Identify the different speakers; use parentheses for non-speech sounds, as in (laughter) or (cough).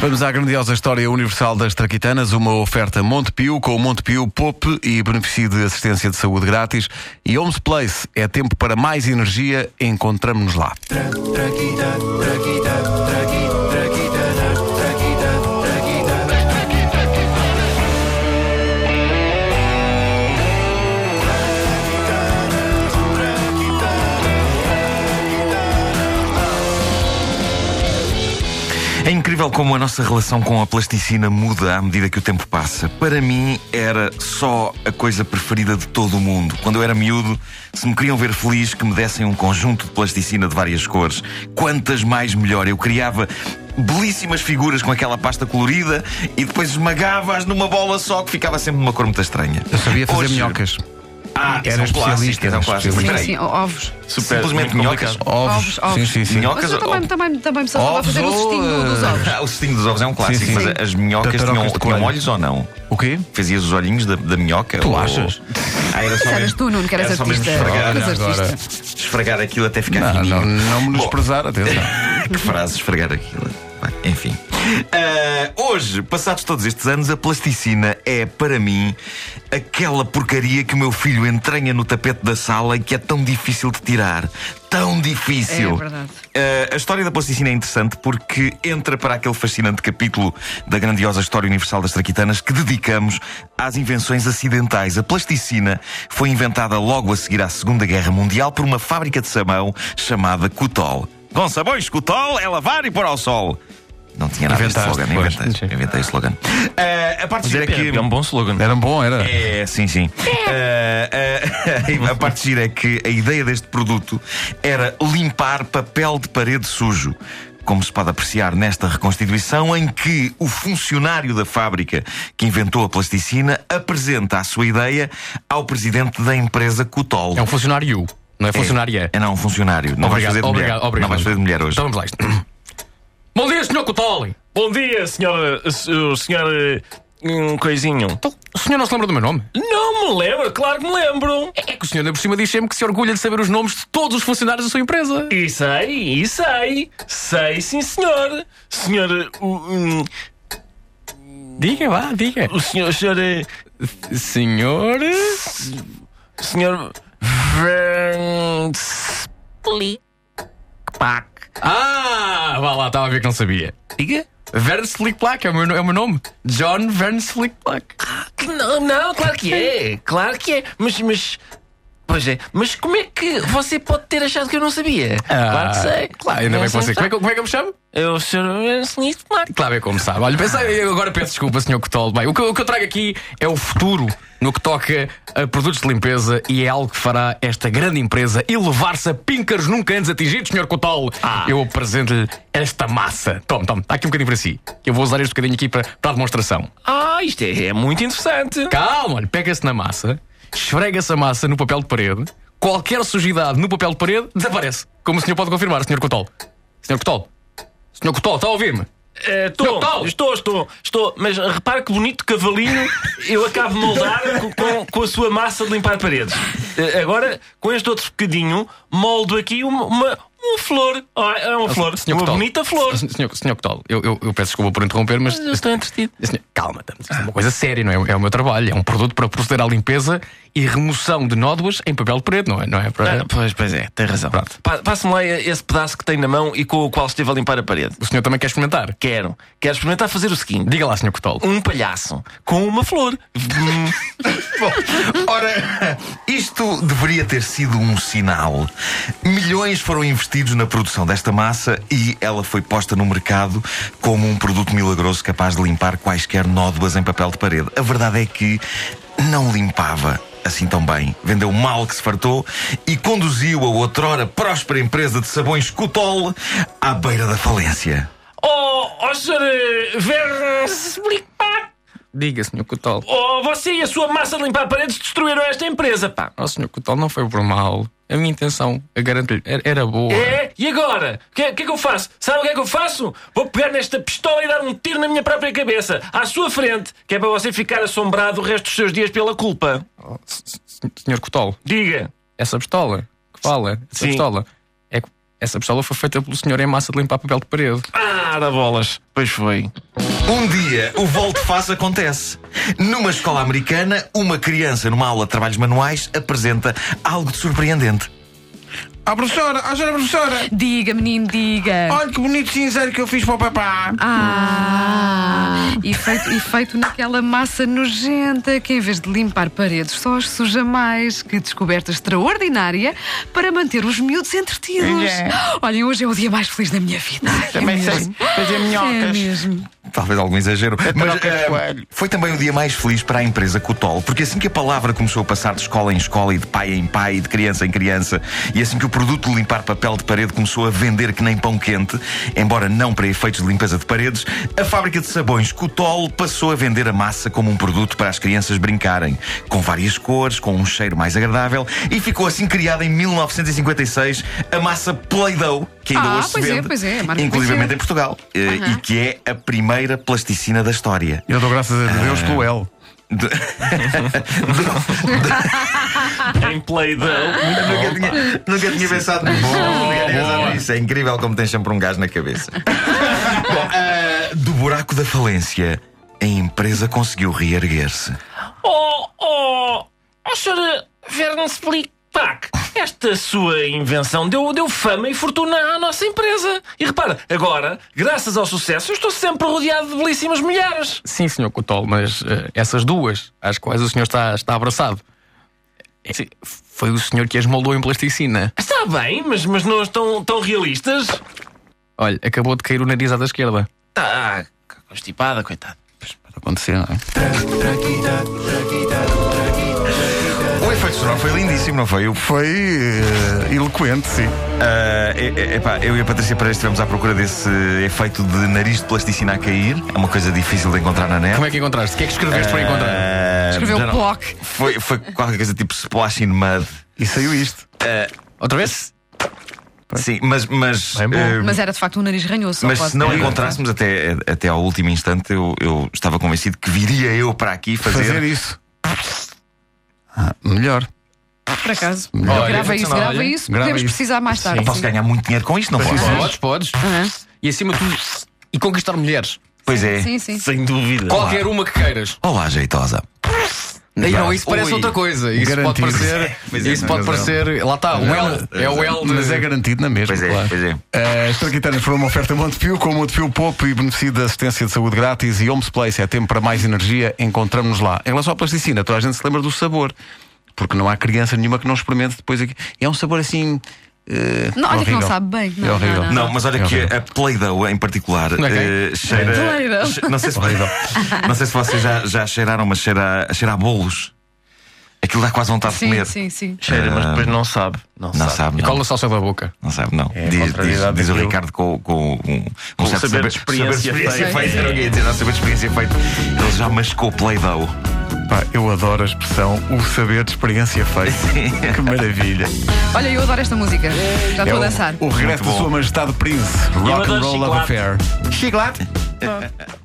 Speaker 1: Vamos à grandiosa história universal das traquitanas, uma oferta Montepio com o Montepio Poupe e beneficie de assistência de saúde grátis. E Homes Place é tempo para mais energia, encontramos-nos lá.
Speaker 2: É incrível como a nossa relação com a plasticina muda à medida que o tempo passa. Para mim, era só a coisa preferida de todo o mundo. Quando eu era miúdo, se me queriam ver feliz, que me dessem um conjunto de plasticina de várias cores. Quantas mais, melhor. Eu criava belíssimas figuras com aquela pasta colorida e depois esmagava-as numa bola só que ficava sempre uma cor muito estranha.
Speaker 1: Eu sabia fazer
Speaker 2: Hoje-
Speaker 1: minhocas.
Speaker 2: Ah,
Speaker 1: Era
Speaker 2: são
Speaker 1: especialista,
Speaker 2: clássicas,
Speaker 1: era um
Speaker 2: são clássicas.
Speaker 1: especialista.
Speaker 2: é um Espera
Speaker 3: Sim,
Speaker 2: aí.
Speaker 3: sim, ovos.
Speaker 4: Super,
Speaker 2: Simplesmente
Speaker 4: muito
Speaker 2: minhocas.
Speaker 4: complicado.
Speaker 1: Ovos.
Speaker 3: Ovos,
Speaker 1: Sim, sim, sim.
Speaker 2: Minhocas
Speaker 3: Mas eu
Speaker 2: ou-
Speaker 3: também, também, também me saltava a
Speaker 1: Ovos
Speaker 3: fazer o
Speaker 1: ou,
Speaker 3: cestinho do- dos
Speaker 1: eh,
Speaker 3: ovos.
Speaker 2: Ah, o cestinho dos ovos é um clássico,
Speaker 1: Sim, sim.
Speaker 2: mas as minhocas
Speaker 1: Tatarocas
Speaker 2: tinham,
Speaker 1: de
Speaker 2: tinham
Speaker 1: coelho.
Speaker 2: olhos ou não?
Speaker 1: O quê?
Speaker 2: Fazias os olhinhos da, da minhoca?
Speaker 1: Tu
Speaker 2: ou-
Speaker 1: achas?
Speaker 2: Ah, era só
Speaker 3: Mas eras
Speaker 2: mesmo-
Speaker 3: tu, Nuno, que eras
Speaker 2: era É só mesmo
Speaker 3: artista.
Speaker 2: esfregar,
Speaker 3: Eras
Speaker 1: Olha agora.
Speaker 3: artista.
Speaker 2: esfregar aquilo até ficar
Speaker 1: Não,
Speaker 2: fininho.
Speaker 1: Ah, não, não me
Speaker 2: Bom,
Speaker 1: desprezar, atenção.
Speaker 2: que frase, esfregar aquilo. Vai, Enfim. Ah, hoje, passados todos estes anos, a plasticina é, para mim, aquela porcaria que o meu filho entranha no tapete da sala e que é tão difícil de tirar. Tão difícil.
Speaker 3: É verdade.
Speaker 2: Ah, a história da plasticina é interessante porque entra para aquele fascinante capítulo da grandiosa história universal das traquitanas que dedicamos às invenções acidentais. A plasticina foi inventada logo a seguir à Segunda Guerra Mundial por uma fábrica de sabão chamada Cutol. Com sabões Cutol é lavar e pôr ao sol. Não tinha nada este
Speaker 1: Inventaste,
Speaker 2: slogan,
Speaker 1: pois.
Speaker 2: inventei, inventei este slogan. Ah, a parte gira é que
Speaker 4: É um bom slogan.
Speaker 1: Era bom, era.
Speaker 2: é, sim, sim. Eh, eh, a parte gira é (laughs) que a ideia deste produto era limpar papel de parede sujo. Como se pode apreciar nesta reconstituição, em que o funcionário da fábrica que inventou a plasticina apresenta a sua ideia ao presidente da empresa Cutol.
Speaker 4: É um funcionário. Não é funcionária.
Speaker 2: É não, um funcionário. Não vais
Speaker 4: Obrigado,
Speaker 2: fazer de
Speaker 4: obrigado,
Speaker 2: mulher.
Speaker 4: obrigado.
Speaker 2: Não vais fazer de mulher hoje.
Speaker 4: Então vamos lá. isto. (clears throat) Bom dia, senhor Cotoli.
Speaker 5: Bom dia, senhora. eh, Senhora. Um coisinho.
Speaker 4: O senhor não se lembra do meu nome?
Speaker 5: Não me lembro, claro que me lembro.
Speaker 4: É que o senhor, ainda por cima, diz sempre que se orgulha de saber os nomes de todos os funcionários da sua empresa.
Speaker 5: E sei, e sei. Sei, sim, senhor. Senhor. O, hum,
Speaker 4: Diga, vá, diga.
Speaker 5: o senhor. Senhor. eh,
Speaker 4: Senhor.
Speaker 5: Senhor. Vance- Pac.
Speaker 4: Ah, vá lá, estava a ver que não sabia. Diga? Verne Slick Black é o meu, no- é o meu nome. John Verne Slick Black.
Speaker 5: Ah, Não, não, claro que é. Claro que é. Mas. mas... Pois é, mas como é que você pode ter achado que eu não sabia? claro
Speaker 4: Ah,
Speaker 5: que sei.
Speaker 4: Claro, ainda bem que você. Como é que, como é que eu me chamo?
Speaker 5: Eu, senhor. Vance- Pac.
Speaker 4: Claro, é como sabe. Olha, pensei, eu agora peço desculpa, Sr. Cotol. Bem, o que, o que eu trago aqui é o futuro no que toca a produtos de limpeza e é algo que fará esta grande empresa elevar-se a píncaros nunca antes atingidos, Sr. Cotol.
Speaker 5: Ah.
Speaker 4: Eu apresento-lhe esta massa. Tome, tome, está aqui um bocadinho para si. Eu vou usar este bocadinho aqui para, para a demonstração.
Speaker 5: Ah, isto é, é muito interessante.
Speaker 4: Calma, olha, pega-se na massa, esfrega-se a massa no papel de parede, qualquer sujidade no papel de parede desaparece. Como o senhor pode confirmar, Sr. Cotol. Sr. Cotol. Sr. Cotol, está a ouvir-me?
Speaker 5: Eh,
Speaker 4: Não,
Speaker 5: estou,
Speaker 4: Paulo!
Speaker 5: estou, estou, estou, mas repare que bonito cavalinho eu acabo de moldar co- com, com a sua massa de limpar paredes. Eh, agora, com este outro bocadinho, moldo aqui uma, uma, uma flor. Ah, é uma flor,
Speaker 4: Senhor
Speaker 5: uma
Speaker 4: Cotol.
Speaker 5: bonita flor.
Speaker 4: Senhor, senhor Cotol, eu, eu- eu peço desculpa por interromper, mas.
Speaker 5: Eu estou entretido.
Speaker 4: Senhor- calma, estamos- isto é uma coisa séria, não é? É o meu trabalho. É um produto para proceder à limpeza e remoção de nódoas em papel preto, não é? Não é para...
Speaker 5: Ah, pois, pois é, tem razão.
Speaker 4: Pronto.
Speaker 5: Pa- Passa-me lá esse pedaço que tem na mão e com o qual estive a limpar a parede.
Speaker 4: O senhor também quer experimentar?
Speaker 5: Quero, quero experimentar fazer o seguinte:
Speaker 4: Diga lá, senhor Cotol.
Speaker 5: um palhaço com uma flor. Hum.
Speaker 2: Ora, isto deveria ter sido um sinal. Milhões foram investidos na produção desta massa e ela foi posta no mercado como um produto milagroso capaz de limpar quaisquer nódoas em papel de parede. A verdade é que não limpava. Assim tão bem, vendeu mal que se fartou e conduziu a outrora próspera empresa de sabões Cutol à beira da falência.
Speaker 5: Oh, oh, senhor eh, Verne, pá.
Speaker 4: Diga, senhor Cotol.
Speaker 5: Oh, você e a sua massa de limpar paredes destruíram esta empresa, pá.
Speaker 4: Oh, senhor Cotol, não foi por mal. A minha intenção, eu garanto-lhe, era, era boa.
Speaker 5: É? E agora? O que, é- o que é que eu faço? Sabe o que é que eu faço? Vou pegar nesta pistola e dar um tiro na minha própria cabeça, à sua frente, que é para você ficar assombrado o resto dos seus dias pela culpa.
Speaker 4: S- Senhor Cotol,
Speaker 5: Diga.
Speaker 4: essa pistola que fala, essa
Speaker 5: Sim.
Speaker 4: pistola, é, Essa pistola foi feita pelo senhor em massa de limpar papel de parede.
Speaker 5: Ah, dá bolas. Pois foi.
Speaker 2: Um dia, o volte-face acontece. Numa escola americana, uma criança numa aula de trabalhos manuais apresenta algo de surpreendente.
Speaker 1: (laughs) Ah, professora, ah, senhora professora,
Speaker 3: Diga, menino, diga.
Speaker 1: olha que bonito cinzeiro que eu fiz para o papá.
Speaker 3: Ah! E feito, e feito naquela massa nojenta que, em vez de limpar paredes, só as suja mais. Que descoberta extraordinária para manter os miúdos entretidos. Olhem, hoje é o dia mais feliz da minha vida. Também é mesmo.
Speaker 1: fazer
Speaker 3: É
Speaker 1: minhocas.
Speaker 3: mesmo.
Speaker 2: Talvez algum exagero. Mas
Speaker 1: troca de
Speaker 2: eh,
Speaker 1: coelho.
Speaker 2: foi também o dia mais feliz para a empresa Cotol, porque assim que a palavra começou a passar de escola em escola e de pai em pai e de criança em criança, e assim que o produto de limpar papel de parede começou a vender que nem pão quente, embora não para efeitos de limpeza de paredes, a fábrica de sabões Cotol passou a vender a massa como um produto para as crianças brincarem, com várias cores, com um cheiro mais agradável, e ficou assim criada em 1956 a massa Play-Doh, que ainda
Speaker 3: Ah,
Speaker 2: hoje se
Speaker 3: pois é,
Speaker 2: vende,
Speaker 3: pois é, a marca
Speaker 2: inclusive
Speaker 3: conhecida.
Speaker 2: em Portugal, eh,
Speaker 3: Aham.
Speaker 2: e que é a primeira plasticina da história.
Speaker 1: Eu dou graças a Deus pelo L.
Speaker 2: De- (laughs)
Speaker 5: Em Play-Doh.
Speaker 2: nunca, tinha, nunca tinha pensado nisso. Nunca tinha pensado nisso. É incrível como tem sempre um gás na cabeça. Bom, eh, do buraco da falência, a empresa conseguiu reerguer-se.
Speaker 5: Oh, oh, oh, senhora Vernon Splick. Pac, esta sua invenção deu, deu fama e fortuna à nossa empresa. E repara, agora, graças ao sucesso, eu estou sempre rodeado de belíssimas mulheres.
Speaker 4: Sim, senhor Cotol, mas eh, essas duas às quais o senhor está, está abraçado. eh, Foi o senhor que as moldou em plasticina.
Speaker 5: Está bem, mas, mas não estão tão realistas.
Speaker 4: Olha, acabou de cair o nariz à da esquerda.
Speaker 5: Está constipada, coitado.
Speaker 1: Aconteceu, não é?
Speaker 2: O efeito sonoro foi lindíssimo, não foi? Eu,
Speaker 1: Foi eh, eloquente, sim.
Speaker 2: eh, eh, epá, eu e a Patrícia Pereira estivemos à procura desse efeito de nariz de plasticina a cair. É uma coisa difícil de encontrar na net.
Speaker 4: Como é que encontraste? O que é que escreveste para encontrar?
Speaker 2: Eh,
Speaker 3: Escreveu
Speaker 2: já não-
Speaker 3: bloco.
Speaker 2: Foi, foi qualquer coisa tipo splash in mud.
Speaker 1: E saiu isto.
Speaker 4: Outra vez?
Speaker 2: Sim, mas. Mas,
Speaker 1: Bem bom.
Speaker 2: eh,
Speaker 3: Mas era de facto um nariz ranhoso. só
Speaker 2: mas
Speaker 3: pode
Speaker 2: se não
Speaker 3: ter.
Speaker 2: encontrássemos até, até ao último instante, eu, eu estava convencido que viria eu para aqui fazer.
Speaker 1: Fazer, isso. Ah, melhor.
Speaker 3: Por acaso.
Speaker 4: Olha,
Speaker 2: então,
Speaker 3: grava isso, grava
Speaker 4: olha,
Speaker 3: isso.
Speaker 1: grava
Speaker 3: Podemos
Speaker 1: isso.
Speaker 3: precisar mais tarde.
Speaker 2: Posso
Speaker 3: sim.
Speaker 2: ganhar muito dinheiro com isto, não posso?
Speaker 4: Podes, podes. E acima de tudo, e conquistar mulheres.
Speaker 2: Pois é.
Speaker 3: Sim, sim.
Speaker 5: Sem dúvida.
Speaker 4: Qualquer uma que queiras.
Speaker 2: Olá, jeitosa.
Speaker 4: E não, isso parece
Speaker 2: Ui.
Speaker 4: outra coisa. Isso pode
Speaker 1: Garantido.
Speaker 4: parecer.
Speaker 2: Pois é,
Speaker 4: isso
Speaker 2: tem
Speaker 4: pode
Speaker 2: razão.
Speaker 4: parecer. Lá está, o L. É o L de.
Speaker 1: Mas é garantido na mesma, Eh,
Speaker 2: Pois é,
Speaker 1: claro.
Speaker 2: pois é.
Speaker 1: As Traquitanas foram uma oferta Montepio com o Montepio Pop e beneficio da assistência de saúde grátis e Homes Place é tempo para mais energia, encontramos-nos lá. Em relação à plasticina, toda a gente se lembra do sabor, porque não há criança nenhuma que não experimente depois aqui. É um sabor assim. eh,
Speaker 3: Não, olha que não
Speaker 1: horrível.
Speaker 3: sabe bem.
Speaker 1: é
Speaker 3: Não,
Speaker 1: horrível.
Speaker 3: não,
Speaker 2: Não, mas olha
Speaker 1: É
Speaker 2: que
Speaker 1: horrível.
Speaker 2: a Play-Doh em particular
Speaker 4: Ok.
Speaker 2: eh, cheira.
Speaker 3: Play-Doh.
Speaker 2: che- Não sei se, (laughs) não sei se vocês já, já cheiraram, mas cheira, cheira a bolos. Aquilo dá quase vontade de
Speaker 3: Sim,
Speaker 2: comer.
Speaker 3: sim, sim.
Speaker 5: Cheira, mas depois não sabe.
Speaker 2: Não sabe, não.
Speaker 4: Cola a salsa da boca.
Speaker 2: Não sabe, não. diz diz,
Speaker 5: É contrariedade
Speaker 2: diz o
Speaker 5: daquilo.
Speaker 2: Ricardo com, com um, um certo
Speaker 5: saber de
Speaker 2: saber
Speaker 5: experiência
Speaker 2: de experiência
Speaker 5: feita.
Speaker 2: feita. Era o que eu ia dizer, não, saber de experiência feita. Ele já mascou Play-Doh.
Speaker 1: Pá, eu adoro a expressão o saber de experiência
Speaker 2: (laughs)
Speaker 1: feita. que maravilha.
Speaker 3: Olha, eu adoro esta música. Já estou
Speaker 1: É o,
Speaker 3: a dançar.
Speaker 1: o regresso
Speaker 2: Muito
Speaker 1: da
Speaker 2: bom.
Speaker 1: Sua Majestade Príncipe, Rock and
Speaker 5: adoro
Speaker 1: Roll Love
Speaker 5: chiclete.
Speaker 1: Affair. Chiclete?